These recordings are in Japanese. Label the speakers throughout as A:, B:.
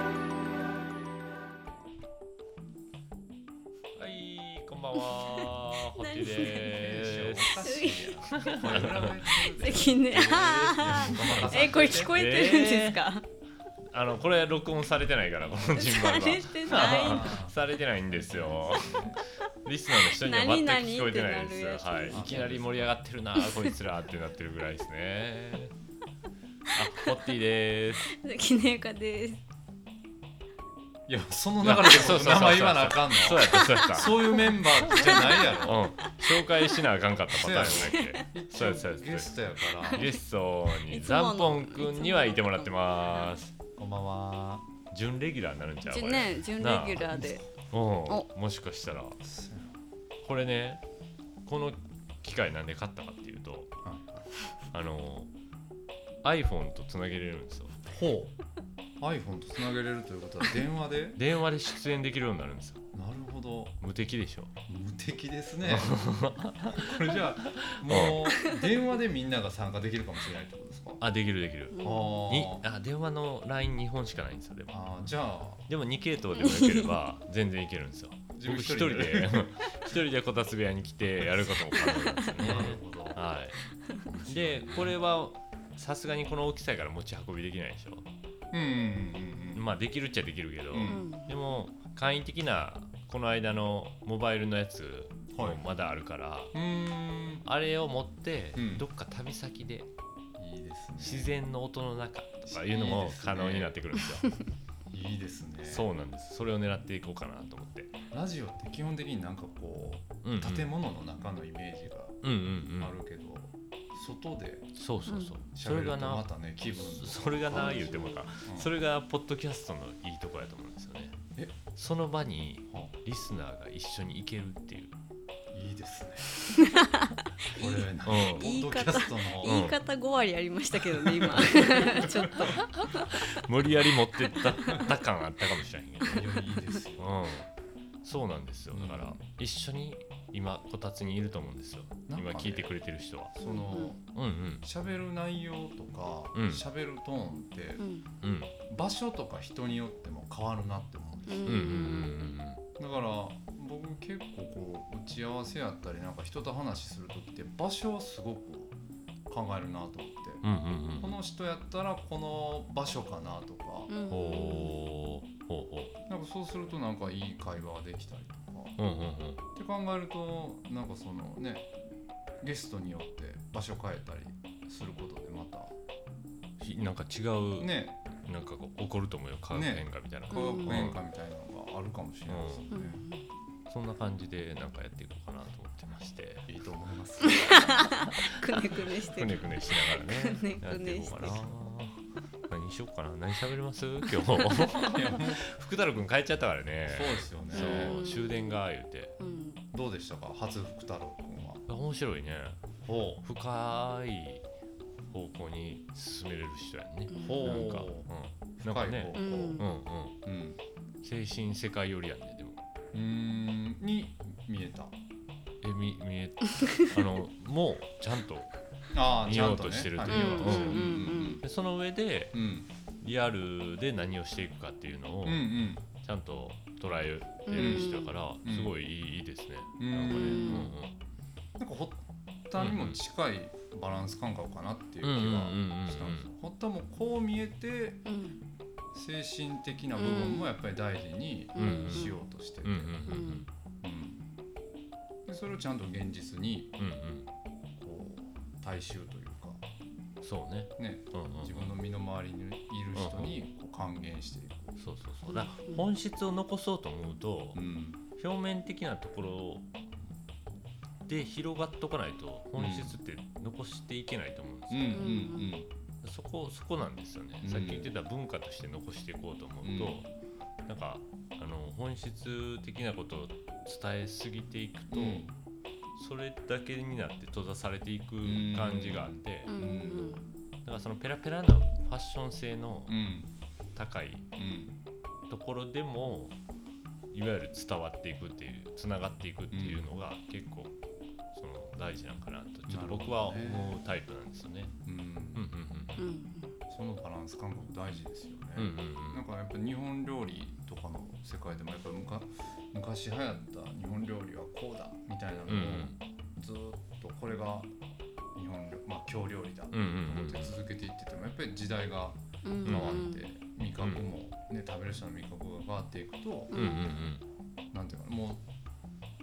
A: ホテルで
B: おかしいやんこれぐらいのやつで
C: 責任ね。ああ。え、これ聞こえてるんですか。
A: あのこれ録音 されてないからこの順番は
C: されてないんだ。
A: されてないんです よリスナーの人には全く聞こえてないですよ
C: 何々ってな
A: は
C: る
A: い、
C: や
A: い
C: つ
A: きなり盛り上がってるなこいつらってなってるぐらいですねあホッティです
C: 関根かです。
B: いやその流れで僕名前言わなあかん の
A: そうやったそうやった
B: そういうメンバーじゃないや
A: うん
B: ろ、
A: 紹介しなあかんかったパターンやったっけそうやそうやそう
B: ゲ
A: や
B: ストやから
A: ゲストにザンポンくんにはいてもらってます
B: こんばんは
A: 準レギュラーになるんちゃうこ
C: 準
A: れ
C: ね、準レギュラーで。
A: うんもしかしたらこれねこの機械なんで買ったかっていうと
B: はい
A: あの iPhone とつなげれるんですよ
B: ほう iPhone とつなげれるということは電話で
A: 電話で出演できるようになるんですよ
B: なるほど
A: 無敵でしょ
B: 無敵ですねこれじゃあもう電話でみんなが参加できるかもしれないってことですか
A: あできるできる
C: うん
A: に
B: あ
A: あ電話の LINE2 本しかないんですよでも
B: あーじゃあ
A: でも2系統でもよけれ ば全然いけるんですよ
B: 自分
A: 僕
B: 一
A: 一
B: 人
A: 人
B: で
A: で 一人でこたつ部屋に来てやることも可能なんですよね
B: なるほど
A: はいでこれはさすがにこの大きさやから持ち運びできないでしょ
B: うんうんうんうん
A: まあできるっちゃできるけど、
B: う
C: うんん。
A: でも簡易的なこの間のモバイルのやつ
B: は
A: も
B: い
A: まだあるから、
B: うーん
A: あれを持って
B: うん
A: どっか旅先で
B: いいですね
A: 自然の音の中とかいうの
B: いい
A: も
B: ですね
A: 可能になってくるんですよ
B: いいですね
A: そうなんですそれを狙っていこうかなと思って、
B: ラジオって基本的になんかこ
A: うんうん
B: う建物の中のイメージが
A: うんうんうん
B: あるけど、外で
A: そうそうそう、そ
B: 喋
A: れ
B: る
A: が
B: とま
A: な
B: たね気分
A: それがな言うてもか
B: うん
A: それがポッドキャストのいいとこやと思うんですよね
B: え
A: その場に
B: は
A: リスナーが一緒に行けるっていう、
B: いいですね これなんか
A: うん
B: ポッドキャストの
A: ん
C: 言い方5割ありましたけどね、今。ちょっと。
A: 無理やり持ってったった感あったかもしれへんけど、
B: いやいいですよ
A: うん、そうなんですよだから、
B: うん
A: 一緒に今こたつにいると思うんですよ、
B: なん
A: 今
B: かね
A: 聞いてくれてる人は
B: その
A: うんうん
B: 喋る内容とか
A: うん
B: 喋るトーンって
C: うん。
A: うん
B: 場所とか人によっても変わるなって思うんです
C: う
B: よ
A: うんうんうん
B: だから僕結構こう打ち合わせやったりなんか人と話する時って場所をすごく考えるなと思って
A: うんうんうん
B: この人やったらこの場所かなとか
C: うん
A: ほうほうほ
B: なんかそうするとなんかいい会話ができたりとか
A: ううんうんうん
B: って考えるとなんかそのねゲストによって場所変えたりすることでまた
A: ひなんか違う、
B: ね
A: なんかこう起こると思うよ化学変化みたいな、
B: 化学変化みたいなのがあるかもしれないですよね、
C: うん
A: そんな感じでなんかやっていこうかなと思ってまして
B: いいと思い ます
C: くねくねして
A: くね
C: る。
A: くねしながらね
C: くねくね
A: やっていこうかな
C: して
A: 何しようかな何喋ります今日
B: いやもう
A: 福太郎くん帰っちゃったからね
B: そうですよね
A: そう
C: うん
A: 終電が言うて
C: うん。
B: どうでしたか初福太郎君は
A: 面白いね
B: ほ
A: 深い方向に進めれる人やんね
C: うん
B: ほう
A: なんか、うん、なんか
B: 深い
A: ね
B: 方向
C: う
A: うん
C: ん
B: うん
A: うん精神世界よりやんねでも
B: うーんに見えた
A: えみ見 えあのもうちゃんと
B: あ
A: 見ようとしてる
B: と
A: と
C: いうか
B: いう
C: うんうん
A: でその上で
B: うん
A: リアルで何をしていくかっていうのを
B: うんうん
A: ちゃんと捉えてる人だから、
B: うん
A: すごいいいいいですね、
B: うん
A: なんかね、
C: うん
B: なんか堀田にも近いバランス感覚かなっていう気
A: うんうんうんうん
B: がしたんですよ堀田もこう見えて
C: うん。
B: 精神的な部分もやっぱり大事に
A: うん
B: しようとしてて、
A: うんうんうん
C: うん
B: うんでそれをちゃんと現実に
A: うんうん
B: こう大衆というか、
A: うんそうね、
B: ね、
A: うんうんうん、
B: 自分の身の回りにいる人にこう還元していく。
A: そうそうそうだから本質を残そうと思うと、
B: うん
A: 表面的なところで広がっとかないと本質って残していけないと思うんです
B: うんう
A: よ、
B: ん
A: そこそこなんですよね、
B: うん
A: さっき言ってた文化として残していこうと思うと、なんかあの本質的なことを伝えすぎていく
B: う
A: と、
B: ん
A: それだけになって閉ざされていく感じがあって、
C: うんうん
A: だからそのペラペラなファッション性の
B: うん
A: 高い
B: うん
A: ところでもいわゆる伝わっていくっていうつながっていくっていうのが結構その大事なんかなとちょっと僕は
B: なるほどね
A: 思うタイプなんですよね。
B: うん
A: うんうんうん
C: うん。
B: そこのバランス感覚大事ですよね、
A: うんうんう
B: なん
A: ん
B: かやっぱ日本料理とかの世界でもやっぱむか昔流行った日本料理はこうだみたいなのを
A: うん
B: ずーっとこれが日本料まあ京料理だ
A: うんうんうん
B: って続けていっててもやっぱり時代が
C: うん
B: 変わって味覚もね食べる人の味覚が変わっていくと
A: うんうんうん
B: なんていうかなも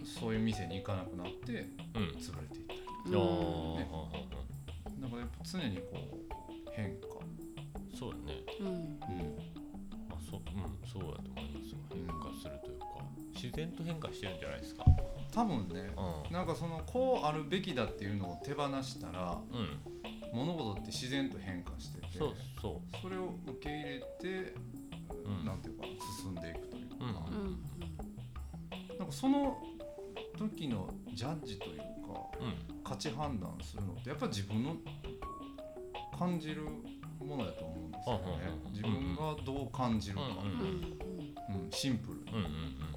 B: うそういう店に行かなくなって
A: うん
B: 潰れていったり
C: う
A: あ
C: ん
B: ね
A: あはあは
B: だからやっぱ常にこう変化、
A: あそうだね
C: うん
A: あそううんそうだと思います変化するというか自然と変化してるんじゃないですか
B: 多分ね
A: う
B: なんかそのこうあるべきだっていうのを手放したら
A: んうん
B: 物事って自然と変化してて
A: そうそ
B: それを受け入れて、
A: うん
B: なんていうか進んでいくというか、
A: うん
C: うん
B: なんかその時のジャッジというか
A: ううん
B: 価値判断するのってやっぱり自分の感じるものだと思うんですよね
A: あはいはいはい
B: 自分がどう感じるか、
A: うんうん
C: うんうん
B: うんシンプルに
A: うんうん
B: だ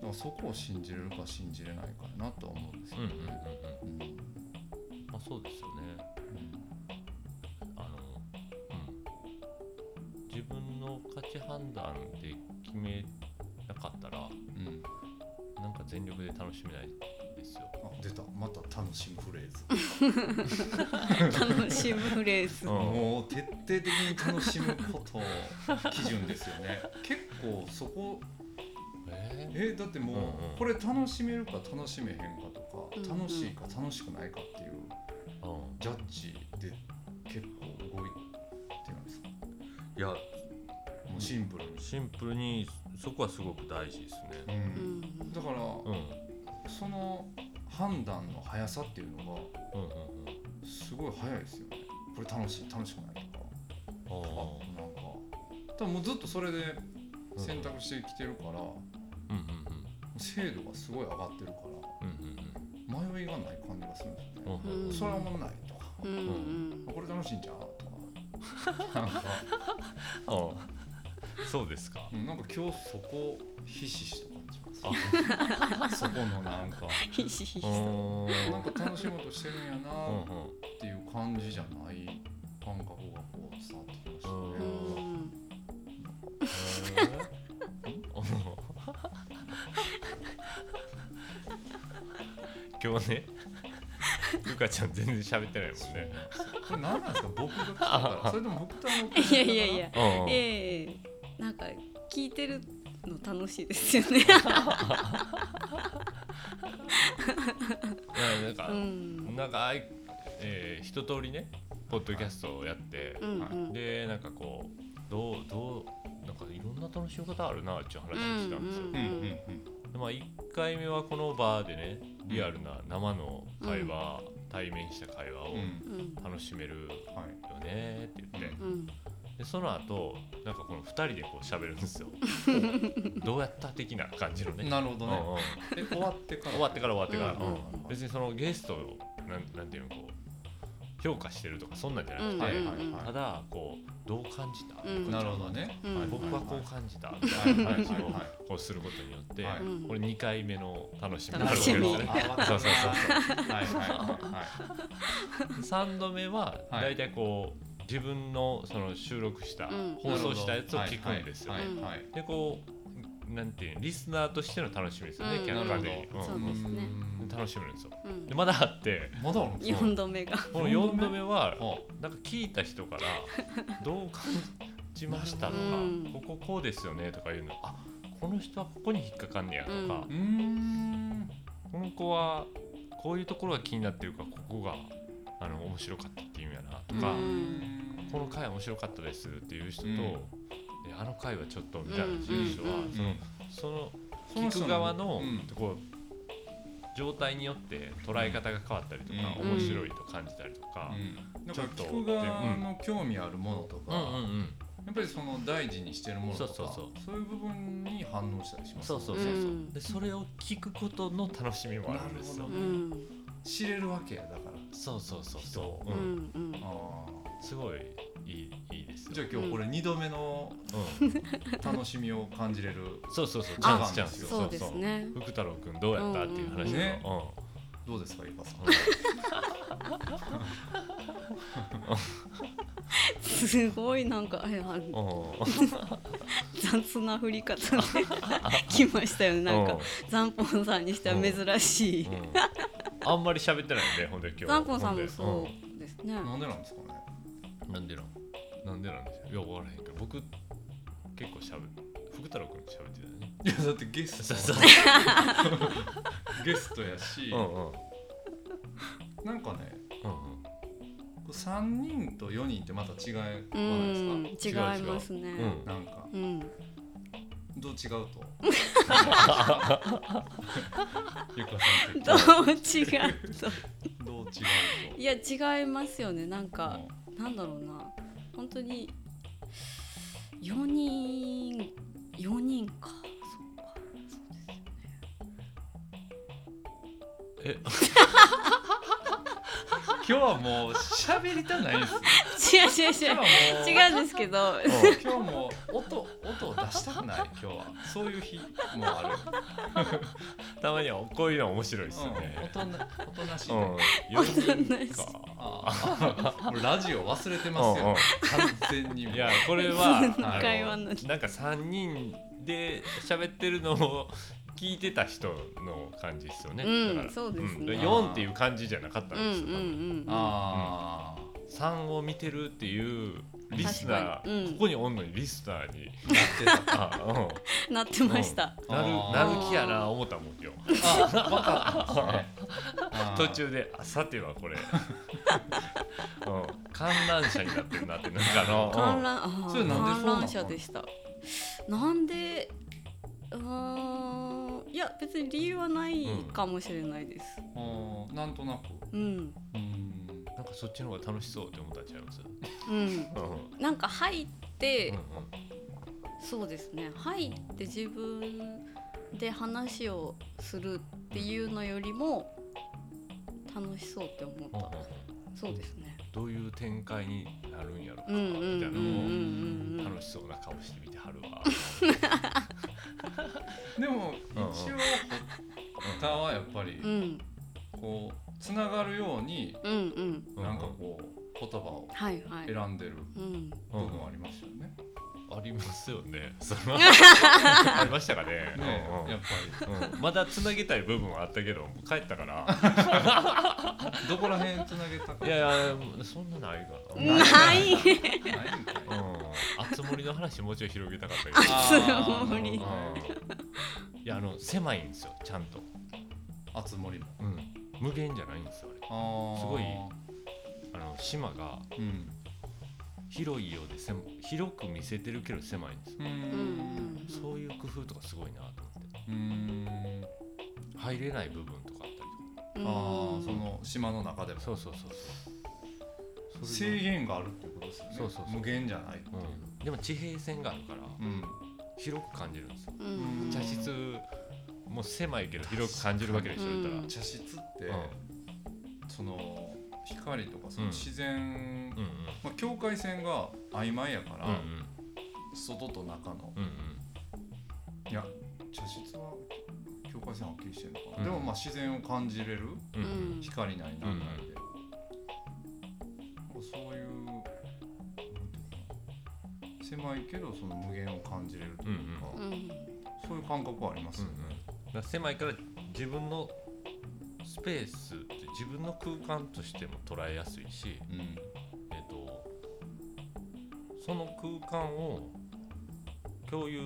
B: からそこを信じれるか信じれないかなとは思うんです
A: うんうん
B: よ
A: うん
B: ね、
A: うん
B: うんうん
A: まあそうですよねあの、うん、自分の価値判断で決めなかったら
B: うん
A: なんか全力で楽しめないですよ。
B: あ出たまた楽しむフレーズ
C: 楽しむフレーズ。
B: もう徹底的に楽しむことを基準ですよ ね結構そこ
A: え
B: えだってもう、
A: うんうん
B: これ楽しめるか楽しめへんかと
C: うんう
B: か
C: ん
B: 楽しいか楽しくないかっていう
A: ーうん
B: ジャッジで結構動いてるんですか
A: いや
B: もうシンプルに、
A: シンプルにそこはすごく大事です
B: う
A: ね。
C: うんん
B: だから、
A: うん
B: その判断の速さっていうのが
A: うんうんうん。
B: すごい速いですよねこれ楽しい楽しくないとか
A: あ
B: あなんか多分もうずっとそれで
A: うん
B: 選択してきてるから、
A: うんうん
B: 精度がすごい上がってるから
A: うんうん
B: 迷いがない感じがするんですよね、
A: うんうんうん
C: うん
B: それは思んないとか、
C: うんうん
B: これ楽しいんじゃんと かなんか
A: あーそうですか。
B: うんなんか今日そこひしひしと感じます
A: あ
B: そこのなんか
C: ひしひし
A: う
C: と。
A: んうん
B: なんか楽しもうとしてるんや
A: う
B: なん
A: うん
B: っていう感じじゃない感覚がこう伝わってきました
C: う
B: ね
A: うん
C: ん
A: へー 今日ね、ゆかちゃん全然喋ってないもんね。
B: これ何なんですか僕が聞いた からそれとも僕とあの
C: いやいやいや。
A: うんうん
C: ええなんか聞いてるの楽しいですよね。
A: いやなんか、
C: うん
A: 長い、えー、一通りねポッドキャストをやって、
C: うんうん
A: でなんかこうどうどうなんかいろんな楽しみ方あるなっていう話をしてたんですよ。
C: うん
B: うんうん
A: でまあ、1回目はこの場でねリアルな生の会話、対面した会話を
B: うんうん
C: うん
A: 楽しめる
B: はい
A: よねって言って、
B: う
C: うん
A: でその後なんかこの2人でこう喋るんですよどうやった的な感じのね
B: なるほどね
A: うんうん
B: で終わってから
A: 終わってから終わってから、
C: うんうん
A: うん別にそのゲストをなんなんていうのこう評価してるとかそんなんじゃなくて、
C: うん
B: はいはいはい
A: ただこうどう感じた、
C: うん
B: なるほどね
C: うん
A: はい僕はこう感じたみたいな話をこうすることによって、
B: はい
C: うん
A: これ2回目の楽しみ
C: 楽しみ
A: になるわけですねそうそうそう
B: うはいはいはいはい
A: 3度目は
B: はい
A: 大体こう自分のその収録した、
C: うん
A: 放送したやつを聞くんですよ
B: は
A: ね
B: い。
C: うん
B: はいはい
A: でこうなんていうのリスナーとしての楽しみですよね、
C: うん
A: 客観的に
B: なる、
C: ほど
A: うん
C: そうですね
B: うん
A: 楽しめるんですよ
C: うん
A: でまだあって
B: まだあるんですか
C: 四度目が。
A: この4度目は
B: は
A: なんか聞いた人から 「どう感じました?」とか
C: うん
A: 「こここうですよね」とか言うの「あこの人はここに引っかかんねや」とか
B: あうーん
A: 「この子はこういうところが気になってるからここがあの面白かったっていうんやな」とか「
C: うん
A: この回面白かったです」っていう人と
B: うん
A: 「であの回はちょっと」みたいなっていう人は
C: うんうん
A: そのその聞く側のとこ状態によって捉え方が変わったりとか
B: うん
A: 面白いと感じたりとか。
B: なん
A: ち
B: か
A: ょっと
B: 聞く側の興味あるものと
A: うん
B: か、
A: うんうん
B: やっぱりその大事にしてるものとか
A: そうそうそう
B: いう部分に反応したりします
A: そ
B: も
A: うんそうそ
B: ね
A: うそう、
C: うん
A: でそれを聞くことの楽しみもあるんですよ
B: なるほど
C: うん
B: 知れるわけやだから
A: そうそうそうそう、
C: う
A: うん
C: んうん
B: あ
A: すごいいいいいですよ
B: ーじゃあ今日これ2度目の
A: うん、
B: 楽しみを感じれる
A: そうそうそうチ
B: あ
A: ャンスチャンス
C: そうですね。
A: 福太郎君どうやったっていう話
B: うんうんね
A: の、
B: どうですかゆかさん
A: うんうん
C: すごいなんかえあ
A: う
C: 雑な振り方で来ましたよねなんか残本さんにしては珍しい
A: うんうんあんまり喋ってないんでほんで今日
C: 残本さんも
A: ほん
C: そ
A: で
C: うです ね
B: なんでなんですかね
A: うんなんでなんなんでなんでしょういや分からへんけど僕結構喋る福太郎君と喋ってたよね
B: いやだってゲス
A: そうそ
B: ト
A: う
B: ゲストやし、
A: うんうん
B: なんかね
A: うんうん
B: 3人と4人ってまた違いは
C: う
B: ないですか、
C: ん違いますね
A: 違う違ううん
B: なんか
C: うん
B: どう違うとゆかさん
C: どう
B: 的に
C: 違うと
B: どう違うと
C: いや違いますよねなんか
B: うん
C: なんだろうな本当に4人4人かそうかそうですよね
A: え
B: 今日はもう喋りたないですよ
C: 違う違う 違
B: 今日
C: う
B: はもう
C: 違うんですけど
B: 今日もう音音を出したくない今日はそういう日もある、
A: たまにはこういうの面白いですよ
B: うん、
A: ね
B: 音な音なしで、
A: うん
C: 音なし
B: ああ もうラジオ忘れてますよ、
A: うんうん
B: 完全にもう
A: いやこれは
C: 普通の会話
A: あの
C: なんで
A: なんか3人で喋ってるのを聞いてた人の感じですよね。
C: うん
A: だから
C: そうですね
A: ん4っていう感じじゃなかった
C: うんん
A: で
C: うん
A: すよ。
C: うんうん
B: ああ、
A: 3を見てるっていうリスナ
C: 確かに
A: ー、
C: うん
A: ここにおんのにリスナーに
B: なってた
A: あ、
C: なってました
A: うん、なる
B: あー
A: なる気やな思ったもん今日
B: あ分かったんですねあー
A: 途中であさてはこれ、うん、観覧車になってるなってなんかあの
C: 観覧あ
B: それ
C: ー
B: なんでそう
C: 観
B: なの
C: 覧車でしたなんでうーんいや別に理由はないかもしれないです
B: うんなんとなく
C: うん
B: うん
A: うんなんかそっちの方が楽しそうって思ったんちゃいます。
C: うん
A: うんうん
C: なんか入って、
A: うん
C: そうですね入って自分で話をするっていうのよりも楽しそうって思ったそうですね
A: どういう展開になるんやろ
C: うんうん
A: みたい
C: うん
A: な
C: う
A: のを
C: んうんうん
A: 楽しそうな顔してみてはるわ。
B: でも
A: うんうん
B: 一応歌はやっぱり
C: うん
B: こうつながるように
C: うんうん
A: うん
B: なんかこう言葉を
C: はいはい
B: 選んでる
C: うん
B: 部分はありましたよね。
A: ありますよね。そのありましたかね。
B: ね
A: うんうん
B: やっぱ
A: うんまだつなげたい部分はあったけどもう帰ったから。
B: りどこら辺つなげたか
A: いやいやそんなないかな。
B: な
C: ないい
B: ないんかい
A: うん。あつ森の話もうちょい広げたかったけど。
B: あー
C: つ森
A: うんいやあの狭いんですよちゃんと。
B: あつ森も
A: うん無限じゃないんですよあれ。
B: あー
A: すごいあの島が
B: うん
A: 広いようで狭広く見せてるけど狭いんですよ。
B: う
C: うんうん
A: そういう工夫とかすごいなと思って。
B: うん
A: 入れない部分とかあったりとか
C: うん
B: ああその島の中でも
A: そうそうそうそうそれが
B: 制限があるってことですよね
A: そうそうそう
B: 無限じゃないっていう
A: うん、でも地平線があるから
B: うん
A: 広く感じるんですよ、
C: うん
B: うん
A: 茶室も狭いけど広く感じるわけでしょ言ったら
C: うん
B: 茶室って、
A: うん
B: その光とかその
A: うん
B: 自然、
A: うん
B: まあ、境界線が曖昧やから、
A: うん
B: 外と中の
A: うんうん
B: いや茶室は境界線はっきりしてるのかな、
A: うん
B: でもまあ自然を感じれる
A: うんうん
B: 光なりなんなりで、
A: う
B: なんかそういうなんていうのかな狭いけどその無限を感じれるというか、
C: うんうん
B: そういう感覚はあります
A: う
B: よ
A: ん
B: ね、
A: だから狭いから自分のスペースって自分の空間としても捉えやすいし
B: うん
A: えっとその空間を共有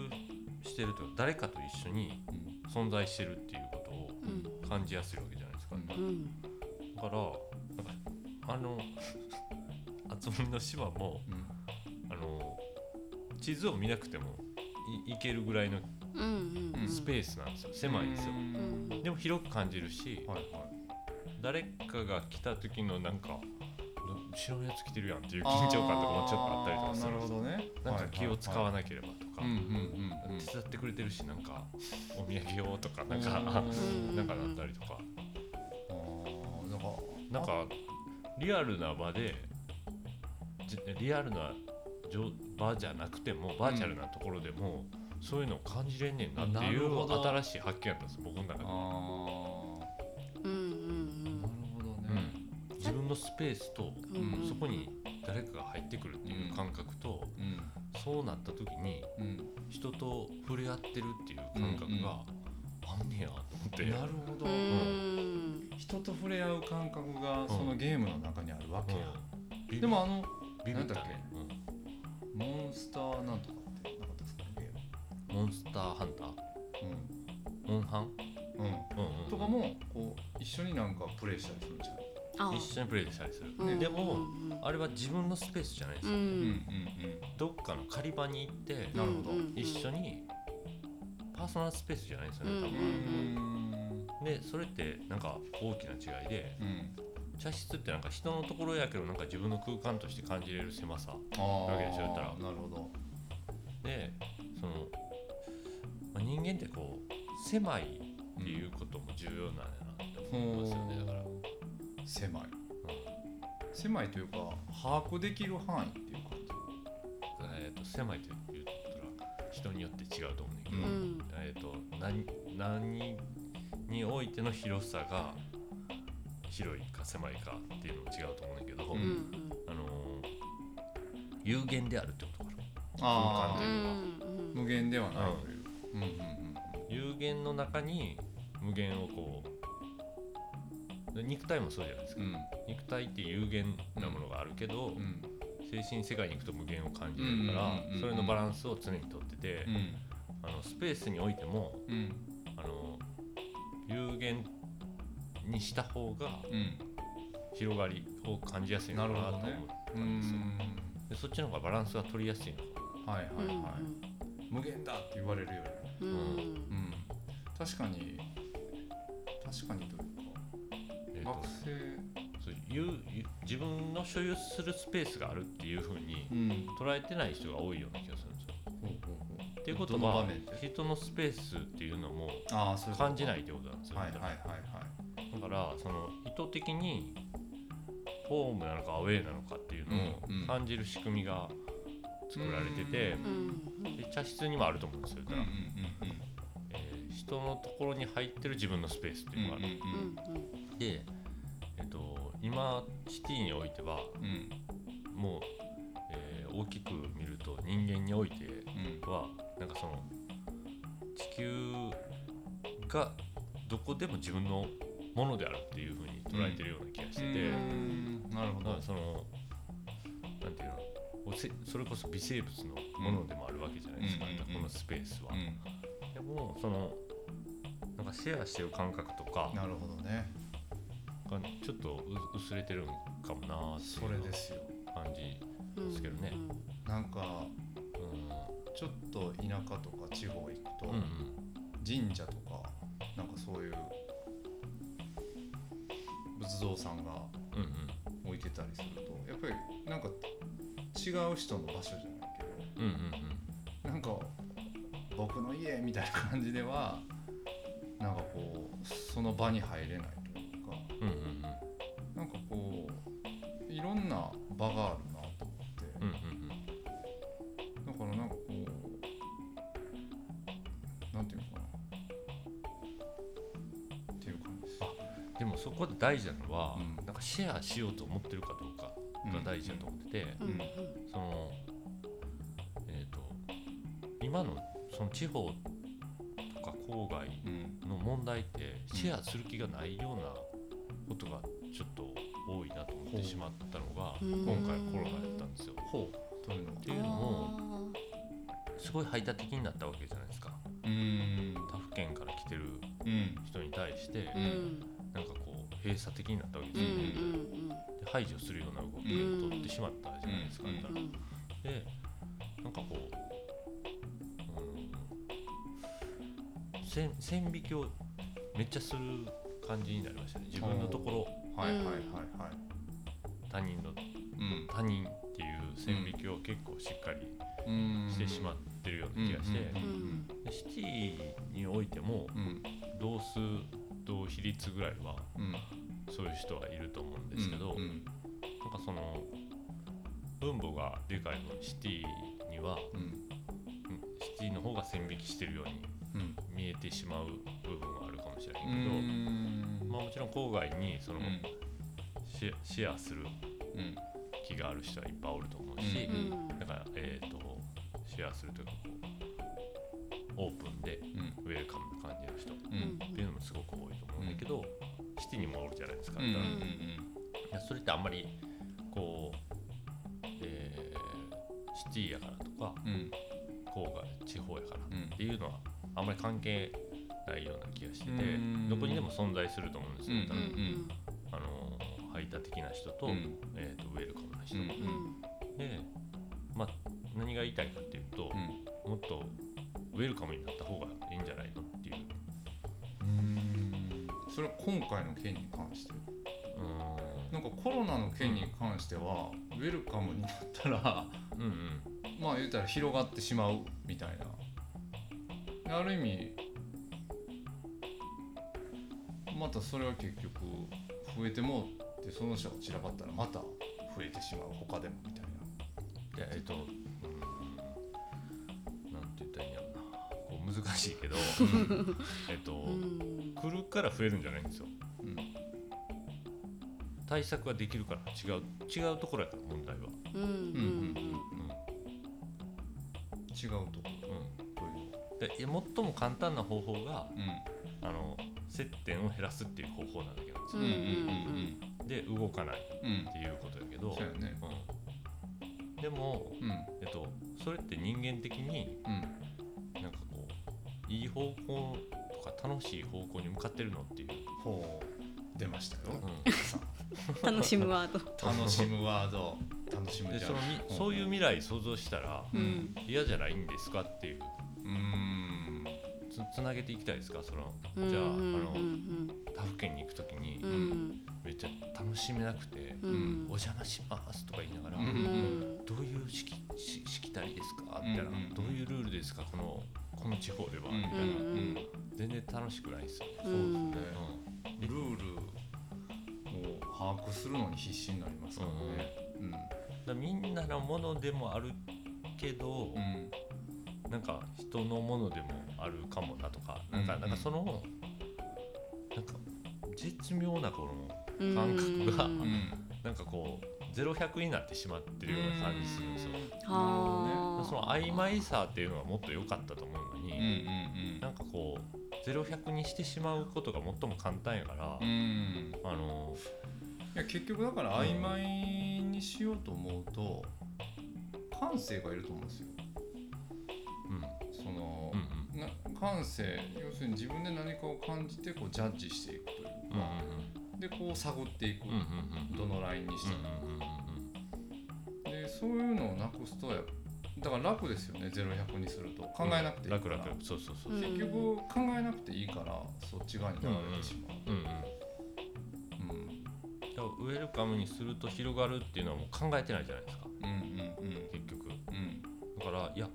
A: してるというか誰かと一緒に
B: うん
A: 存在してるっていうことを
C: うん
A: 感じやすいわけじゃないですか、
B: うん
A: だ
C: う
A: か
C: ん
A: らあの 厚森の島も
B: うん
A: あの地図を見なくてもい行けるぐらいの
C: うんうん
A: スペースなんですよ、狭いんですよ
B: う、
C: うんん
A: でも広く感じるし、
B: はいはい
A: 誰かが来た時のなんかど後ろのやつ来てるやんっていう緊張感とかもちょっとあったりとかす
B: あー
A: る
B: な
A: んで
B: るほ
A: すよ
B: どね
A: なんか気を使わ
B: い
A: なければとか、
B: うんうんうんうん
A: 手伝ってくれてるしなんかお土産用とかなん か
B: うん
A: なんかだったりとか
B: あーなんか
A: なんかリアルな場でじリアルなじょ場じゃなくてもバーチャルなところでも、そういうのを感じれんねんなって
B: ないる
A: う
B: ほど
A: 新しい発見やったんです僕の中
B: あ
A: で、
C: うんうんうん
B: ーなるほど
A: う
B: ね
A: ん自分のスペースと
C: うんうん
A: そこに誰かが入ってくるっていう感覚と、
B: うん
A: そうなった時に
B: うん
A: 人と触れ合ってるっていう感覚があんねやと思って、
B: なるほど、
C: うーん
B: 人と触れ合う感覚がそのゲームの中にあるわけや、
A: うん
B: でもあの
A: ビビった
B: なんだ
A: ね、
B: モンスターなんとかってなかったですかゲ
A: うん、モンスターハンター
B: ーム
A: モンハン、
B: うん、うん
A: うんうん、
B: とかもこう一緒になんかプレイしたりするんじゃない
C: あ
A: 一緒にプレイしたりする、
C: うん
A: でも
C: うん
A: あれは自分のスペースじゃないです
C: う
A: よ、
B: うん
A: どっかの狩り場に行って
B: なるほど
C: うんうんうん
A: 一緒にパーソナルスペースじゃないですよね多
C: う
B: う
A: 分、
B: ん
A: でそれってなんか大きな違いで
B: うんうん
A: 茶室ってなんか人のところやけどなんか自分の空間として感じれる狭さ
B: ああ
A: わけでしょ言ったら
B: なるほど
A: でその、まあ人間ってこう狭いっていうことも重要なんやなって思いますよね、だから、うん
B: 狭い狭いというか把握できる範囲っていう感
A: えー、と狭いと言ったら人によって違うと思うねんだけ
C: う
A: ど、
C: ん
A: えー、と何何においての広さが広いか狭いかっていうのも違うと思うんだけど、
B: う
C: うんうんん
A: あのー有限であるってことかな
B: じ
A: あー
C: う
A: うん
C: ん
B: 無限ではないという、うんうん
A: 有限の中に無限をこうで肉体もそうじゃないですか、
B: うん
A: 肉体って有限なものがあるけど、
B: うんうん
A: 精神世界に行くと無限を感じるから、
B: うんうんうんうん
A: それのバランスを常にとってて、
B: うん
A: あのスペースにおいても
B: うん
A: あの有限にした方が
B: うん
A: 広がりを感じやすいのかなと思った
B: うん
A: ですよ、
B: ん
A: でそっちの方がバランスが取りやすいのか
B: はいは
C: うん
B: いはい、無限だって言われるよりも、
C: うん
A: う
B: うん、確かに確かにというか
A: えーと
B: 学生
A: そう有有自分の所有するスペースがあるっていうふうに
B: うん
A: 捉えてない人が多いような気がするんですよ。
B: ほうほうほう
A: っていうこと
B: どの場
A: は
B: 面で
A: 人のスペースっていうのも
B: ああそういうこと
A: 感じないってことなんですよ、
B: はいはいはいはい
A: だからその意図的にホームなのかアウェーなのかっていうのを
B: うんうん
A: 感じる仕組みが作られてて、
C: うん
A: で茶室にもあると思うんですよ、だから
B: うん
A: えー人のところに入ってる自分のスペースっていうのがある、
C: うん
B: ん
A: で、えっと今シティにおいては
B: うん
A: もう、えー大きく見ると人間において
B: うん
A: はなんかその地球がどこでも自分のものであるっていうふうに捉えてるような気がしてて、
B: うんなるほ
A: だか
B: ど
A: らそのなんていうのおせそれこそ微生物のものでもあるわけじゃないですか、
B: うん
A: このスペースは。
B: うん
A: でもそのなんかシェアしてる感覚とか
B: なるほどね
A: がちょっとう薄れてるんかもなーって
B: そ
A: い
B: れ
A: う
B: ですよ
A: 感じ。
C: うん
A: ですけどね
B: なんか
A: う
B: ちょっと田舎とか地方行くと
A: んうんうん
B: 神社とかなんかそういう仏像さんが
A: うんうん
B: 置いてたりするとやっぱりなんか違う人の場所じゃないけど
A: うんうんうん
B: なんか僕の家みたいな感じではなんかこうその場に入れないというか
A: うんうんうん
B: なんかこういろんな場があるなと思って、
A: うんうんうん
B: だからなんかこうなんていうのかなっていう感じです。
A: でもそこで大事なのは、
B: うん
A: なんかシェアしようと思ってるかどうかが大事だと思ってて、
C: うんうん
A: そのえっ、と今のその地方とか郊外
B: うんうん
A: の問題ってシェアする気がないようなことがちょっと多いなと思ってしまったのが
C: うん
A: 今回コロナやったんですよ。
B: ほうというのは
A: っていうのもすごい排他的になったわけじゃないですか
B: うーん
A: 他府県から来てる
B: うん
A: 人に対して
C: あーうん
A: なんかこう閉鎖的になったわけ
C: う
A: ですよね。
C: ん
A: で排除するような動きを取ってしまったじゃないですか。
B: うん
A: だ
C: うんうん
A: からでなんかこう、うん、線線引きをめっちゃする感じになりましたね自分のところ
B: はいはいはいはい
A: 他人の
B: うん
A: 他人っていう線引きを結構しっかり
B: うん
A: してしまってるような気がして、
B: うん
C: うん
A: でシティにおいても
B: うん
A: 同数同比率ぐらいは
B: うん
A: そういう人はいると思うんですけど。
B: うん
A: なんかその分母がでかい分シティには
B: うん
A: うんシティの方が線引きしてるように
B: うん
A: 見えてしまう部分はあるかもしれな
B: う
A: いけ
B: ん
A: ど、まあ、もちろん郊外にその
B: うん
A: シェシェアする
B: うん
A: 気がある人はいっぱいおると思うし
C: う、ん
A: だから、えー、とシェアするというかこうオープンで
B: うん
A: ウェルカムな感じの人っ
B: うんうん
A: ていうのもすごく多いと思うんだけど、シティにもおるじゃないですか、
B: うんうん
A: だからい
B: うん
A: やそれってあんまりこう、えーシティやからとか
B: うん
A: 郊外地方やから
B: うん
A: っていうのはあんまり関係ないような気がしてて
B: うん
A: どこにでも存在すると思うんですよ、
B: うん
A: 多
C: うんう
A: 分
C: ん
A: あのー排他的な人と,、
B: うん
A: えー、とウェルカムな人、
B: うん
C: うん
A: で、まあ、何が言いたいかっていうと、もっとウェルカムになった方がいいんじゃないのっていう
B: うんそれは今回の件に関して
A: う
B: なんかコロナの件に関してはウェルカムになったら
A: ーんうんうん
B: まあ言うたら広がってしまうみたいなある意味またそれは結局増えてもうってその人が散らばったらまた増えてしまう他でもみたいな
A: じゃあえっとうーんなんて言ったらいいんやろなこう難しい けどえっと、
C: うん
A: 来るから増えるんじゃないんですよ
B: うん
A: 対策はできるから違う違うところやから問題は、
C: うんうん
B: 違うと
A: う
B: こ
A: んう、
B: という
A: で
B: ん
A: え最も簡単な方法が
B: う
A: あの接点を減らすっていう方法なんだけど、
C: うん
B: んうん
A: で動かないっ
B: うんうんうん
A: ていうことやけど
B: そうやね
A: うん、でも
B: うん
A: えっと、それって人間的に
B: うん
A: なんかこういい方向とか楽しい方向に向かってるのっていう、
B: ほう出ましたよ
C: 楽しむワード
B: 楽しむワード 楽しむ
A: でそのみ
B: うん
A: そういう未来想像したら
C: うん
A: 嫌じゃないんですかっていう
B: うーん
A: つつなげていきたいですかその
C: うん
A: じゃああ
C: うん
A: の
C: うん
A: 他府県に行く時に
C: うんうん
A: めっちゃ楽しめなくて「
C: う
A: お
C: ん
A: 邪魔します」とか言いながら
B: う
C: うん
A: 「
C: ん
A: どういうしきししきたりですか?」みたいな
B: うんう
A: 「
B: ん
A: どういうルールですかこのこの地方では」
B: うん
A: みたいな
B: うん
A: 全然楽しくないですよね。
C: うん
B: そうですねルールを把握するのに必死になりますからね。うん
A: だからみんなのものでもあるけど、
B: うん
A: なんか人のものでもあるかもなとか、なん
B: う
A: か
B: ん
A: なんかそのなんか絶妙なこの
C: うん
A: 感覚が
B: うん
A: なんかこうゼロ百になってしまってるような感じするんですよ。だか
C: は
A: らその曖昧さっていうのはもっと良かったと思うの
B: うんうん
A: に、なんかこうゼロ百にしてしまうことが最も簡単やから、
B: うんうん
A: あの
B: いや結局だから曖昧にしようと思うと感性がいると思うんですよ。
A: うん
B: その
A: うん
B: な感性要するに自分で何かを感じてこうジャッジしていくという
A: うんうん
B: か、でこう探っていく、
A: うんうんうんうんうんうん
B: どのラインにしても、
A: うん
B: でそういうのをなくすとやだから楽ですよね0100にすると考
A: うん
B: えなくていいから、
A: 楽々そうそうそう。
C: う
A: うんん
B: 結局考えなくていいからそっち側に流れてしまう、
A: うん
B: うんうん、
A: だからウェルカムにすると広がるっていうのはもう考えてないじゃないですか
B: うんうんうん
A: 結局だ
B: うん
A: からいや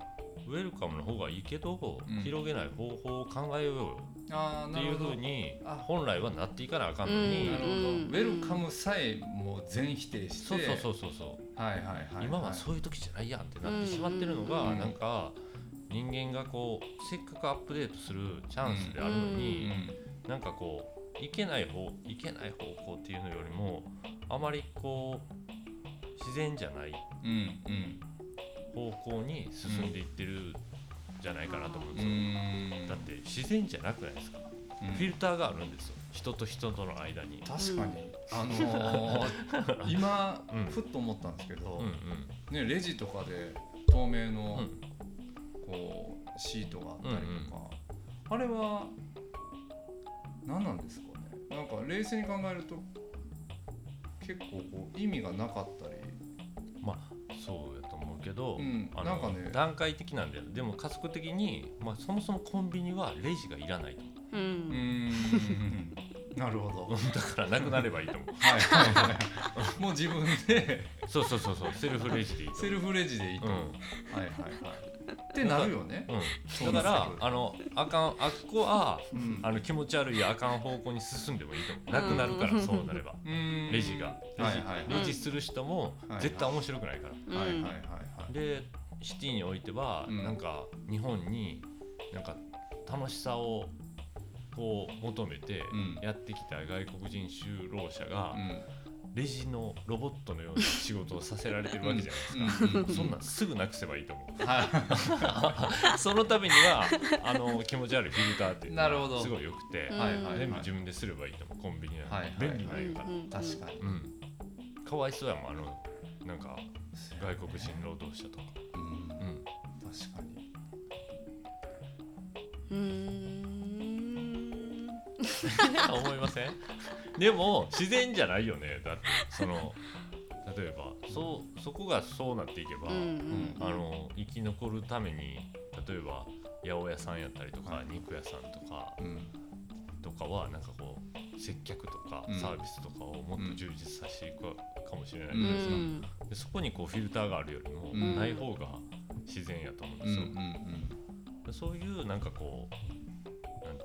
A: ウェルカムの方がいいけど、
B: うん
A: 広げない方法を考えようよ
B: ああ
A: って
B: ないる
A: う
B: ほ
A: ふう
B: ど
A: に
B: あ
A: 本来はなっていかなあかんのに、
B: なるほど、
C: うん
B: ウェルカムさえもう全否定して
A: そうそうそうそうそう、
B: はいはいはい、はい、
A: 今はそういう時じゃないやんってなってしまってるの
B: うんうん
A: が、
B: うん
A: なんか人間がこうせっかくアップデートするチャンスであるの
B: う
A: に、
B: ん
A: なんかこういけない方いけない方向っていうのよりもあまりこう自然じゃない
B: うんうん
A: 方向に進んでいってるじゃないかなと思うん
B: う
A: ですよ、
B: ん
A: だって自然じゃなくないですか、
B: うん
A: フィルターがあるんですよ人と人との間に
B: 確かに、あの ー今、
A: うん
B: ふっと思ったんですけど、
A: うんうん
B: ね、レジとかで透明の、
A: うん
B: こうシートがあったりとか、あれは何なんですかねなんか冷静に考えると結構こう意味がなかったり、
A: まあそうやと思うけど、
B: うん
A: あの
B: なんかね
A: 段階的なんだよでも加速的に、まあ、そもそもコンビニはレジがいらないと思う
C: いうん
B: う ーんなるほど
A: だからなくなればいいと思 う
B: はいはい はいもう自分 で
A: そうそうそうそうセルフレジでいいと思う
B: セルフレジでいいと、
A: う
B: はい
A: ん
B: はいはいってなるよね、
A: うん、だからあのあかんあっこは
B: うん
A: あの気持ち悪いあかん方向に進んでもいいと思うなくなるからそうなれば
B: うーん
A: レジがレ
B: は
A: ジ,、
B: いはい
C: はい
A: レジする人も絶対面白くないから、
C: うん
B: はいはいはいはい
A: でシティにおいては、
B: うん
A: なんか日本になんか楽しさをこう求めて
B: うん
A: やってきた外国人就労者が
B: う、ん
A: レジのロボットのような仕事をさせられてるわけじゃないですか。
B: うんうん
A: そんなんすぐなくせばいいと思う。
B: は
A: そのためには あの気持ち悪いフィルターっていうのが
B: なるほど
A: すごい良くて、
C: うん
B: はいはい
A: 全部自分ですればいいと思うコンビニなん
B: はいはい
A: で便利なんやから。
C: うんうんうん
B: い確かに
A: うん、かわいそうやもんあのなんか外国人労働者と か、
B: うん
A: うん、
B: 確かに
C: うーん
A: 思いません でも自然じゃないよねだってその例えばそうそこがそうなっていけば、
C: うんうん
A: あの生き残るために例えば八百屋さんやったりとか、
B: はい
A: 肉屋さんとか
B: うん
A: とかはなんかこう接客とか
B: うん
A: サービスとかをもっと充実させていくかもしれないじ
C: う
A: ゃないですか、
C: ん
A: でそこにこうフィルターがあるよりも
B: うん
A: ない方が自然やと思うんで
B: う
A: す
B: ん
A: よ、
B: うん
A: そういうなんかこうなん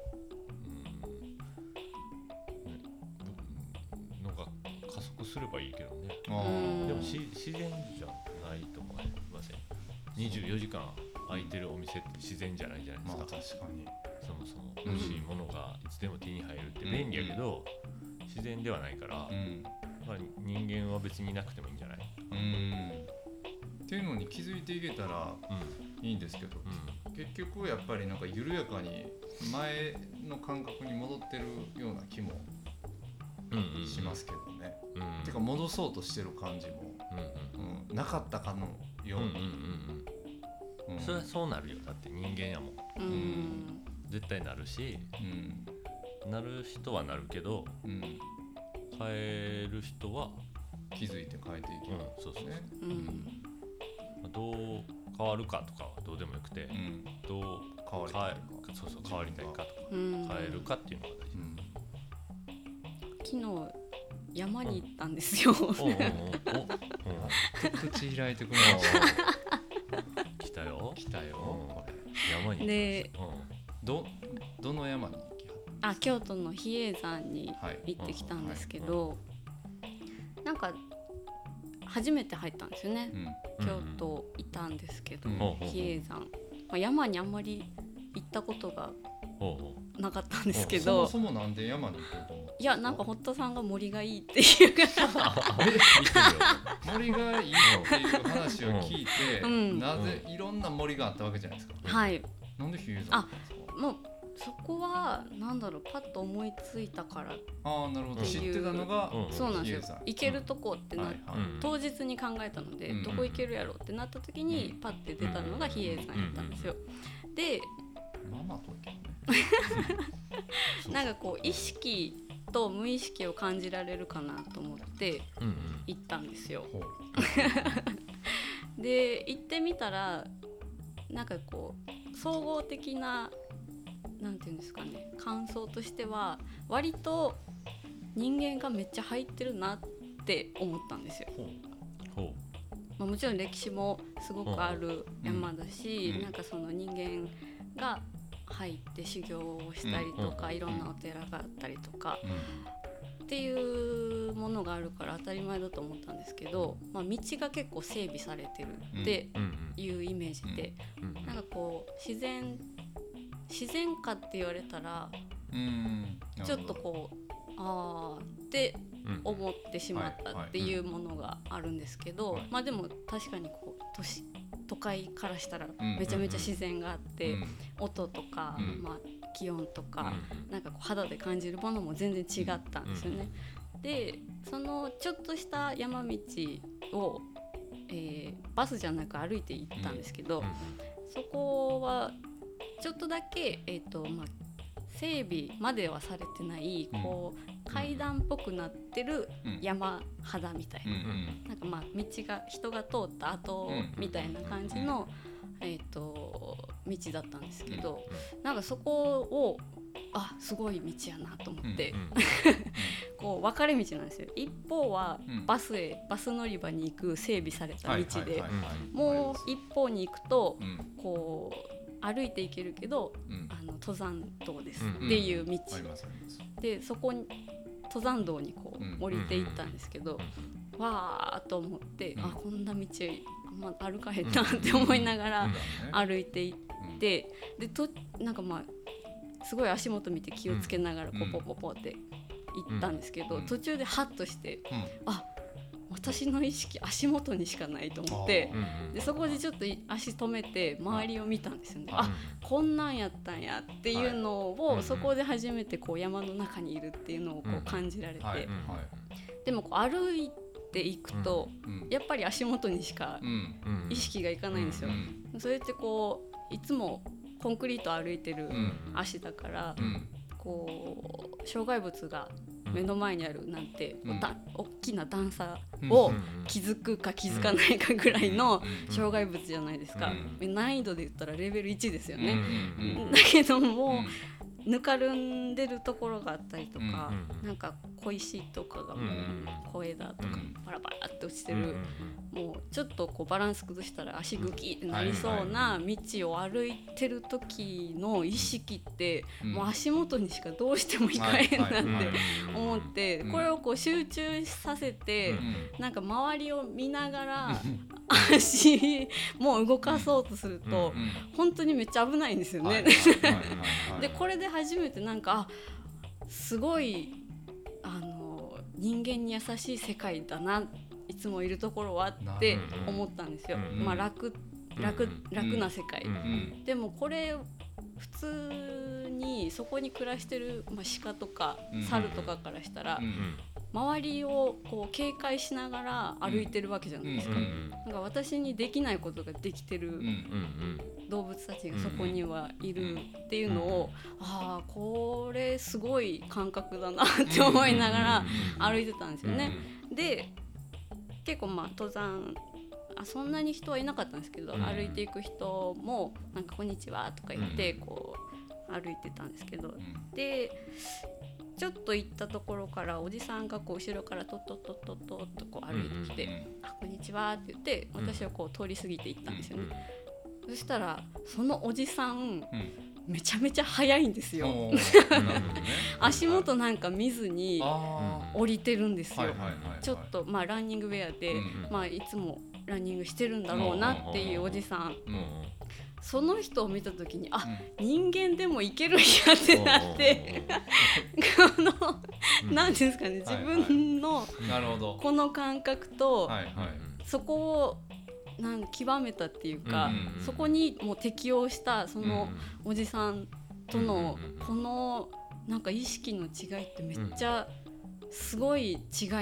A: うんねぶのが加速すればいいけどね
B: うんあー
A: でもし自然じゃないと思いません24時間空いてるお店って自然じゃないじゃないで
B: ます
A: か、
B: あ確かに
A: そもそも
B: うん
A: 欲しいものがいつでも手に入るって便利やけど、自然ではないから、
B: うん
A: まあ、人間は別にいなくてもいいんじゃない、
B: うんっていうのに気づいていけたら
A: うん
B: いいんですけど
A: う
B: 結局やっぱりなんか緩やかに前の感覚に戻ってるような気も
A: んうんうん、
B: しますけどね、
A: うん、うん
B: てか戻そうとしてる感じも、
A: うんうん
B: うん、なかったかの
A: う
B: ようん
A: うんう
B: に、
A: ん
B: うん
A: うんそれはそうなるよだって人間やもん
C: うん
A: 絶対なるし
B: うん
A: なる人はなるけど
B: うん、
A: 変える人は、
B: 気づいて変えていけ
A: うん
B: ば、
A: そうそう、
B: ね、
C: うんうん
A: まあどう変わるかとかはどうでもよくて、
B: うん、
A: どう
B: 変わり
A: 変
B: たい
A: えそうそう変わりたいかとか
C: うん
A: 変えるかっていうのが
B: うん
C: 昨日山に行ったんですよ
A: 大事、おうおうおうおう、
B: 口開いてくる
A: うん、来たよ
B: 来たよこれ
A: 山に、
C: で
A: う
B: どどの山に行きは
C: あ京都の比叡山に
B: はい
C: 行ってきたんですけどなんか初めて入ったんですよね
B: うん
A: ん、
C: 京都いたんですけど
B: うん
C: 比叡山、まあ、山にあんまり行ったことが
A: おうおう
C: なかったんですけ
B: そも
C: ど
B: そもなんで山に行こうと思って
C: いやなんか堀田さんが森がいいっていうか
A: 見てるよ
B: 森がいいよっていう話を聞いて、
C: うん
B: なぜいろんな森があったわけじゃないですか、
C: はい
B: なんで比叡山なんですか
C: もうそこはなんだろうパッと思いついたから
B: ああなるほど、
A: うん
B: 知ってたのが、
A: うん
C: そうなんです
B: 比叡
C: よ
B: 山
C: 行けるとこってな、
B: はいはい、
A: うん
C: 当日に考えたので、
B: うん
C: どこ行けるやろうってなった時に、パッて出たのが比叡山やったんですよ。で
B: まあまあ遠いけどね
A: そう
C: なんかこう意識と無意識を感じられるかなと思って
A: うんうん
C: 行ったんですよ。
B: ほう
C: で行ってみたらなんかこう総合的ななんていうんですかね感想としては割と人間がめっちゃ入ってるなって思ったんですよ。
B: ほう
A: ほ
C: まあ、もちろん歴史もすごくある山だし、
B: うん
C: なんかその人間が入って修行をしたりとか、
A: うん
C: いろんなお寺があったりとか
B: うん
C: っていうものがあるから当たり前だと思ったんですけど、まあ、道が結構整備されてるって
A: ううん
C: いうイメージで、
A: うんうん
C: なんかこう自然自然かって言われたら
B: うん
C: ちょっとこうああって
A: うん
C: 思ってしまったっていうものがあるんですけど、
B: はいはい
C: まあでも確かにこう都市都会からしたら
B: ん
C: めちゃめちゃ自然があっ
B: う
C: て、
B: ん
C: 音とか、
B: うん
C: まあ、気温とか、
A: うん
C: なんかこう肌で感じるものも全然違ったんですよね。でそのちょっとした山道を、えーバスじゃなく歩いて行ったんですけど、そこはちょっとだけ、えーとまあ、整備まではされてない、
B: うん
C: こう階段っぽくなってる
B: うん
C: 山肌みたい
B: うん
C: な,、
B: うん
C: なんかまあ道が人が通った後
B: うん
C: みたいな感じの、えー、と道だったんですけど、なんかそこをあすごい道やなと思って、
A: うん
C: こう分かれ道なんですよ。一方は
B: うん
C: バスへバス乗り場に行く整備された
B: はい
C: 道で、
B: はいはいはい
C: もう一方に行くと
B: うん
C: こう歩いていけるけど
B: うん
C: あの登山道です
A: うん
C: っていう道、
B: ありますあります
C: でそこに登山道にこ
B: うん
C: う降りていったんですけど、わーっと思って、
B: うん
C: あこんな道あんま歩かへんなって思いながら
B: あ
C: 歩いていってでとなんかまあすごい足元見て気をつけながらこ
B: うん
C: うポポポって行ったんですけど、
B: うん
C: 途中でハッとして
B: うん
C: 私の意識足元にしかないと思って
A: うんうん
C: でそこでちょっと足止めて周りを見たんですよね。
B: はい
C: あこんなんやったんやっていうのを、
A: はいうん
C: そこで初めてこう山の中にいるっていうのをこ
A: うん
C: う感じられて、
B: は
A: うんうん
B: はい
C: でもこう歩いていくと、
B: うん
C: やっぱり足元にしか
B: うん
A: うんうん
C: 意識がいかないんです
B: う
C: よ。
B: ん
C: それってこういつもコンクリート歩いてる
B: うん
C: 足だから、
B: うん
C: こう障害物が目の前にあるなんて、
B: うん
C: だ大きな段差を
A: うんうん
C: 気づくか気づかないかぐらいの
B: うん
C: 障害物じゃないですか、
B: う
C: 難易度で言ったらレベル1ですよね、
A: うんうんうん
B: うん
C: だけども、
B: うん
C: ぬかるんでるところがあったりとか、
A: うんうん
C: なんか小石とかがも
A: うん
C: う
A: うん
C: 小枝と
B: う
C: か
B: ん
C: バラバラって落ちて
A: うんうん
C: る、もうちょっとこうバランス崩したら足グキってなりそうな道を歩いてる時の意識って、
B: うん
C: もう足元にしかどうしても控えんなっ
A: うんうん
C: て
A: うん
C: 思って、
B: うん
C: これをこう集中させて。
A: うん
C: なんか周りを見ながら足も動かそうとすると
A: うん
C: 本当にめっちゃ危ないんですよね。でこれで初めてなんかあすごいあの人間に優しい世界だないつもいるところは
B: な
C: って
B: る
A: ほど
C: 思ったんですよ。
A: うん
C: まあ楽楽楽な世界、
A: うん
B: うん
C: でもこれ普通にそこに暮らしてる、まあ、鹿とか
B: うん
C: 猿とかからしたら、
B: うん
C: 周りをこう警戒しながら歩いてるわけじゃないですか。
A: うんうん
C: なんか私にできないことができて
B: う
C: る
B: ん
A: うん
C: 動物たちがそこにはいるっていうのを、ああこれすごい感覚だなって思いながら歩いてたんですよね。で結構まあ登山あそんなに人はいなかったんですけど、
A: うん
C: 歩いていく人も「なんかこんにちは」とか言って
A: う
C: こう歩いてたんですけど
B: うん
C: でちょっと行ったところからおじさんがこう後ろからトットットットットッとこう歩いてきて「あこんにちは」って言って
A: うん
C: 私はこう通り過ぎていったんですよ
A: う
C: ね。
A: ん
C: そしたらそのおじさん
B: うん
C: めちゃめちゃ速いんですよ
B: おーなるほどね
C: 足元なんか見ずに
B: あ
C: 降りてるんです
B: ー
C: よ、
B: はいはいはいはい
C: ちょっとまあランニングウェアで、
B: うん
C: まあいつもランニングしてるんだろうなっていうおじさん
B: うんうん
C: その人を見た時にあ人間でもいけるんやってなってこ の何ですかね自分の
B: うんなるほど
C: この感覚と
B: はいはい
C: そこをなん極めたっていうか
B: うん
C: そこにもう適応したそのおじさんとの
A: うんうんうん
C: このなんか意識の違いってめっちゃすごい違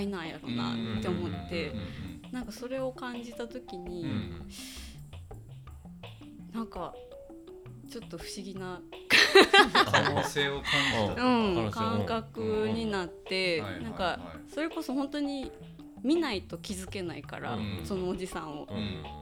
C: いなんやろなって思っ
A: う
C: て
A: ん
C: なんかそれを感じた時
A: う
C: に
A: ん
C: なんかちょっと不思議な、
B: 可能性を感
C: うん、
B: じた
A: 可能性
C: 感
A: を
C: 覚になって
B: うんうんうん
C: なん
B: はいは
C: か
B: いはい
C: それこそ本当に見ないと気づけないから
A: うん
C: そのおじさんを。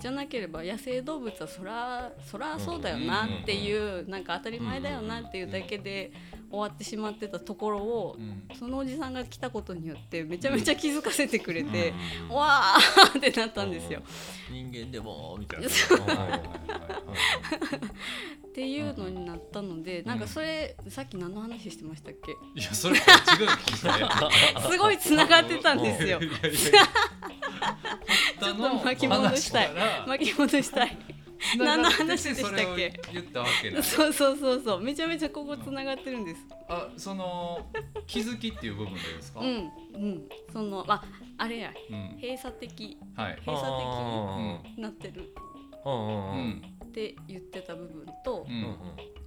C: じゃなければ野生動物はそらそらそうだよなっていうなんか当たり前だよなっていうだけで終わってしまってたところを
B: うん
C: そのおじさんが来たことによってめちゃめちゃ気づかせてくれて、
A: うん
C: わーってなったんですよ。
A: 人間でもみたいな
B: はいはいはいは
C: っていうのになったので、なんかそれさっき何の話してましたっけ？
B: いいやそれ違う聞いて
C: すごい繋がってたんですよ
B: い。やい やいや。ち
C: ょっと巻き戻したい巻き戻したい。何の話でしたっけ
B: 言ったわけ だ。
C: そうそうそうそう。めちゃめちゃここ繋がってるんです。
B: あ、その気づきっていう部分でですか。
C: うんうん。そのああれや
B: うん
C: 閉鎖的
B: はい。
C: 閉鎖
B: う
C: 的になってる
B: う
A: うん
B: ん。
C: って言ってた部分と。
B: う
A: うん
B: ん。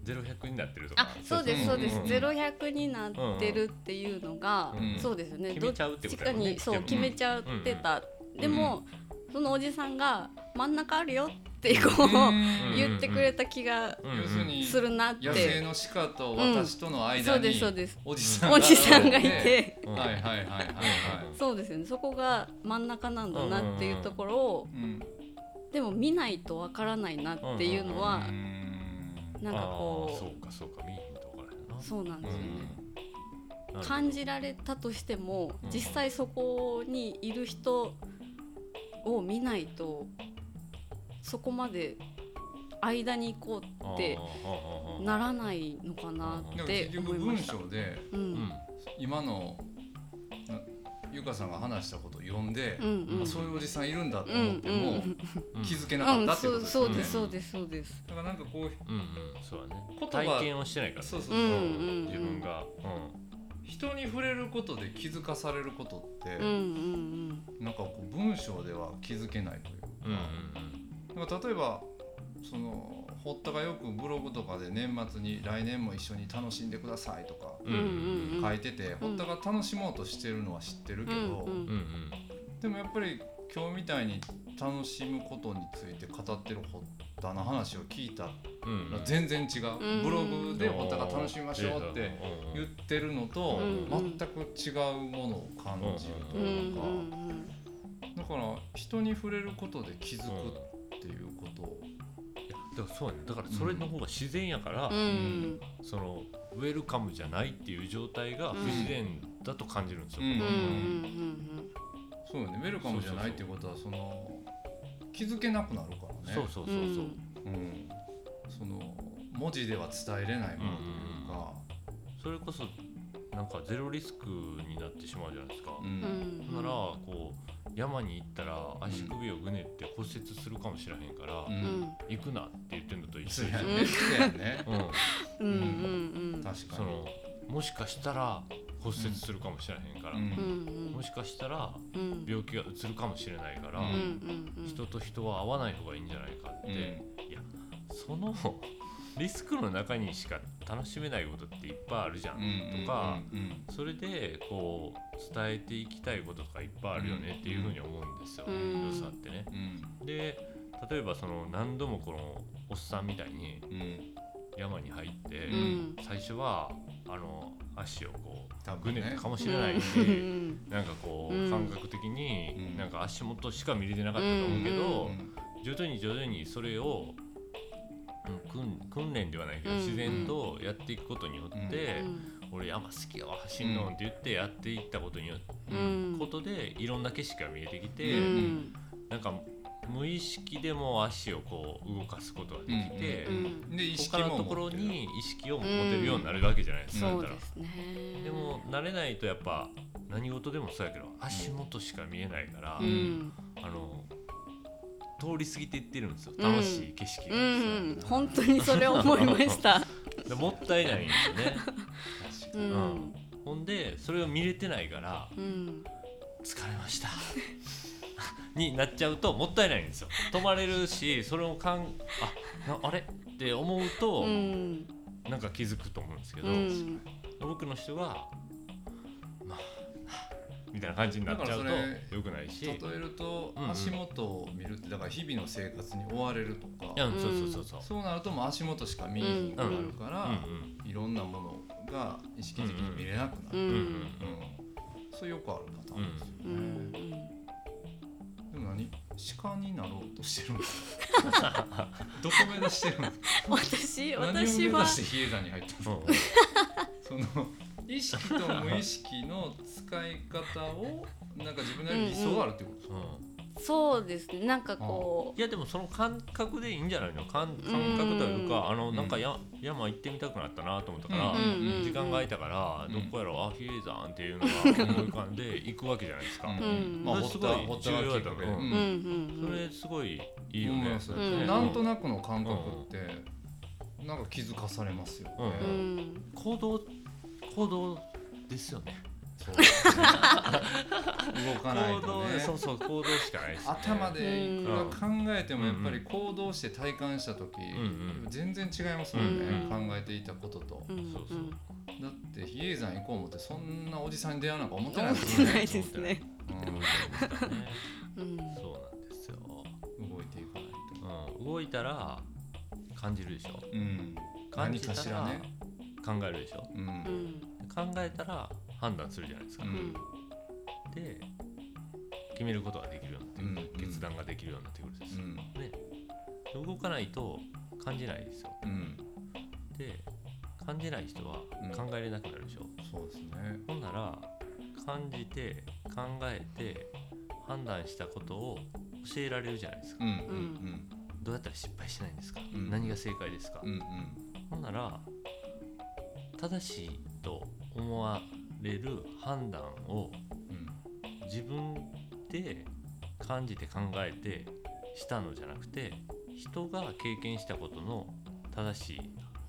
A: ゼロ百になってるとか
C: あ、そうですそうです
A: う。ん
C: ゼロ百になってるっていうのが、
B: うん
C: そうですよね。
A: 決めちゃうって
C: どっ
A: こと
C: ちか
A: やもんね
C: にそう
A: で
C: 決
A: も
C: めちゃってた、でも、そのおじさんが「真ん中あるよ」ってこう、
B: うん
C: 言ってくれた気が
A: うん
B: 要するに
C: するなっ
B: 野生
C: て、
B: の鹿と私との
C: そ
B: 間
C: うで
B: に
C: すそうです
B: おじさん
C: おじさんがい
B: 現れ。
C: て、
A: うん
B: はいはいはいはいはい。
C: そうですよねそこが真ん中なんだなっていうところを、
B: うん。
C: でも見ないとわからないなっていうのは、
B: うん
C: なんかこ
A: あー
C: う
A: そうかそうか見えへんとこからやな
C: そうなんですよね。
A: なるほど
C: 感じられたとしても
A: うん
C: 実際そこにいる人を見ないとそこまで間に行こうって
A: あーはあはあはあ
C: ならないのかな
B: で
C: っ
B: も
C: て
B: 結
C: 思
B: 局
C: いま
B: 文
C: した。
B: 章で
C: うん
A: う
C: うん
A: ん
B: 今のなゆかさんが話したことを読んで
C: う、ん
B: あそういうおじさんいるんだと
C: うんう
B: 思っても
C: ん
A: うん
B: 気づけな
C: う
B: かっ
C: ん
B: た
C: うん
B: って
C: そう
B: ことです
C: そ
B: よ
C: う
B: ね。
C: ですそうですそうです。
B: だからなんかこう
A: うんうんそうだね
B: 言葉
A: 体験をしてないからね
B: そうそう
C: うんうんうん
A: 自分がうん
B: 人に触れることで気づかされることって、
C: うんうん
B: なんかこう文章では気づけないというか,、
A: うんうん
B: なんか例えばその堀田がよくブログとかで年末に「来年も一緒に楽しんでください」とか
A: うんうんうん
B: 書いてて、堀田が楽しもうとしてるのは知って
C: う
B: る
C: ん
B: けど、
C: うん
A: うん
B: でもやっぱり今日みたいに楽しむことについて語ってる堀田の話を聞いたら
A: うんうん
B: 全然違う、
C: うん
B: ブログで堀田が楽しみましょうって言ってるのと
C: うんうん
B: 全く違うものを感じると
C: うんうん
B: いうか、
C: うん
B: だから人に触れることで気づ
A: うん
B: くっていうことを、
A: いやだからそうやねだからそれの方が自然やから、
C: うん
A: そのウェルカムじゃないっていう状態が不自然だと感じるんですよ、
B: うん
C: うんうんうん
B: そうよねウェルカムじゃないっていうことはその気づけなくなるからね
A: そうそうそう
C: う
A: そう、
C: ん
B: うん、その文字では伝えれないものというか、
A: それこそなんかゼロリスクになってしまうじゃないですか、
B: うん
C: うん
A: ならこう山に行ったら足首をぐねって骨折するかもしれへんから、
B: うん
C: うん
A: 行くなって言ってんのと一
B: そう
A: 緒で
B: や
A: すよ、
B: ねそうやね
A: うん、
C: うんうんうん
B: 確か
A: そ
B: に
A: のもしかしたら骨折するかもしれへんから、
B: うん
C: うん
A: もしかしたら
C: うん
A: 病気がうつるかもしれないから、
B: うん
C: うんうんうん
A: 人と人は会わない方がいいんじゃないかって、
B: うん
A: その リスクの中にしか楽しめないことっていっぱいあるじゃん、
B: うん
A: とか
B: うんうん
A: それでこう伝えていきたいことがいっぱいあるよねっていうふうに思うんですよ、
C: うん
A: 良さってね。
B: うん
A: で例えばその何度もこのおっさんみたいに
B: うん
A: 山に入って、
C: うん
A: 最初はあの足をこ
B: 多
A: うぐ
B: 分
A: ねっ
B: ね
A: たかもしれないし、
C: うんうん
A: なんかこう、
C: うん
A: 感覚的
B: う
A: に
B: ん
A: なんか足元しか見れてなかったと思うけど、徐々に徐々にそれを、うん訓訓練ではないけど
C: うん
A: 自然とやっていくことによって、俺山好きよ走んのって言ってやっていったことによ
C: う
B: うん
C: ん
A: ことでいろんな景色が見えてきて、
C: うん
A: なんか無意識でも足をこう動かすことができて、
C: う
A: こ
C: ん
B: で意
A: 他
B: 識
A: の
B: も
A: ところ
B: 持ってる
A: に意識を持てるようになるわけじゃないですか、
C: そ
A: だ
C: う
A: ったら
C: ですね
A: でも慣れないとやっぱ何事でもそうやけど足元しか見えないから、
C: うん
A: あの通り過ぎていってるんですよ楽しい景色
C: う
A: が、
C: ん本当にそれ思いました
A: でもったいないんですよね
B: 確
C: う
B: かに
C: ん
A: ほんでそれを見れてないから
C: うん
A: 疲れました になっちゃうともったいないんですよ止まれるしそれをかんあなあれって思うと、
C: うん
A: なんか気づくと思うんですけど、
C: うん
A: 多くの人はまあみたいな感じになっちゃうと
B: だからそれ
A: 良くないし
B: 例えると
A: うんうん
B: 足元を見るってだから日々の生活に追われるとか、
A: うんそうそうそうそう
B: そうなるともう足元しか見えにくくなるから、
A: うん
B: いろんなものが意識的に見れなくな
C: う
B: る、
A: うんうん
C: ん
B: うんそれよくあるパターンですよね
C: う、ん
B: でも何鹿になろうとして るんですかどこ目指してるんですか
C: 私
B: 何を目指
C: 私は
B: して比叡山に入ったんです
A: うん
B: かその意識と無意識の使い方をなんか自分なりに理想があるってことですか、
A: うん
C: そうですねなんかこ
A: いやでもその感覚でいいんじゃないの感感覚というかあの
B: うん
A: なんかや、山行ってみたくなったなと思ったから、
B: うん
C: うん
A: 時間が空いたから、
B: うん
A: どこやろうあ比叡山っていうのが思い浮かんで行くわけじゃないですか、
C: んうん
B: まあ、
A: それ
B: ほ
A: す
B: った
A: ごい
B: ほった
A: 重要だと思うう
B: わけで
C: ううん
B: うん
C: うん
A: それすごいいいよね、
B: そう
C: うん
B: そうなんとなくの感覚ってなんか気づかされますよね、
A: う
C: うん
A: 行動行動ですよね
B: そうですね動かない
A: 行
B: と
A: 動
B: ね
A: そうそう行動しかないです、ね、
B: 頭でいくら考えても
A: うん
B: やっぱり行動して体感した時、
A: んうん
B: 全然違いますもんね、
C: うん
B: 考えていたことと、
C: うんうん
A: そうそう
B: だって比叡山行こう思ってそんなおじさんに出会うなんか思ってない
C: 思
B: も
C: っ
B: ん
C: てな
B: ね
C: いですね
A: ね
C: うん
A: そうなんですよ、
B: うん動いていかないと、
A: うん、動いたら感じるでしょ
B: うん、
A: 感
B: 何
A: じた
B: からしらね、
A: 考えるでしょ
B: うん
C: うん
A: 考えたら判断するじゃないですか、
B: うん
A: で決めることができるようになってくる、
B: うん
A: 決断ができるようになってくるんです
B: う
A: よ、で
B: ん
A: 動かないと感じないですよ
B: うん、
A: で感じない人は
B: うん
A: 考えれなくなるでしょ、
B: そうですね
A: ほんなら感じて考えて判断したことを教えられるじゃないですか、
B: うんうん
A: どうやったら失敗しないんですか、
B: うん
A: 何が正解ですか、
B: うんうん
A: ほんなら正しいと思われる判断を
B: うん
A: 自分で感じて考えてしたのじゃなくて人が経験したことの正し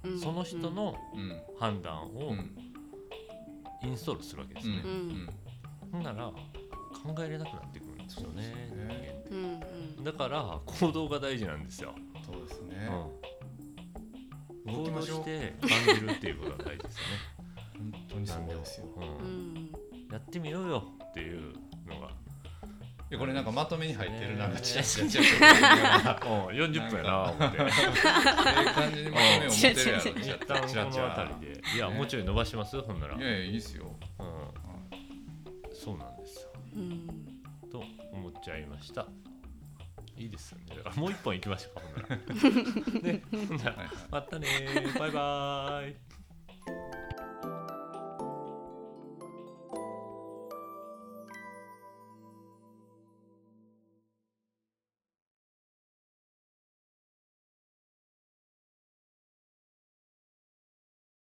C: うん
A: いその人の
B: うん
A: 判断
B: う
A: を
B: ん
A: インストールするわけですね
B: うん、
A: ほんなら考えれなくなってくるんですよね
B: そうです
A: 人間
B: ね
A: って
C: うんうん
A: だから行動が大事なんですよ、
B: そうです
A: う
B: ね
A: ん、
B: 動
A: 行
B: きま
A: 動
B: しょう
A: して感じるっていうことが大事ですよね
B: 本当に そうですよ
A: うん
C: うん
A: やってみようよっていうのが
B: いやこれなんかまとめに入ってるなんか
A: ね
B: ちっちゃいちっち ゃ
A: うん40分やな思って
B: いええ感じにまとめを持ってるやろ
A: 一
B: ちゃ
A: 旦
B: ちゃ
A: こ
B: ち
A: の
B: ゃ
A: 辺りでいやもうちょい伸ばしますほんなら、う
B: い
A: ん、
B: やいやいいですよ
A: そうなんですよ
C: うん
A: と思っちゃいましたいいですよねだ からもう一本いきましょうかほんならねほんなら
B: はいはい
A: またねーバイバーイ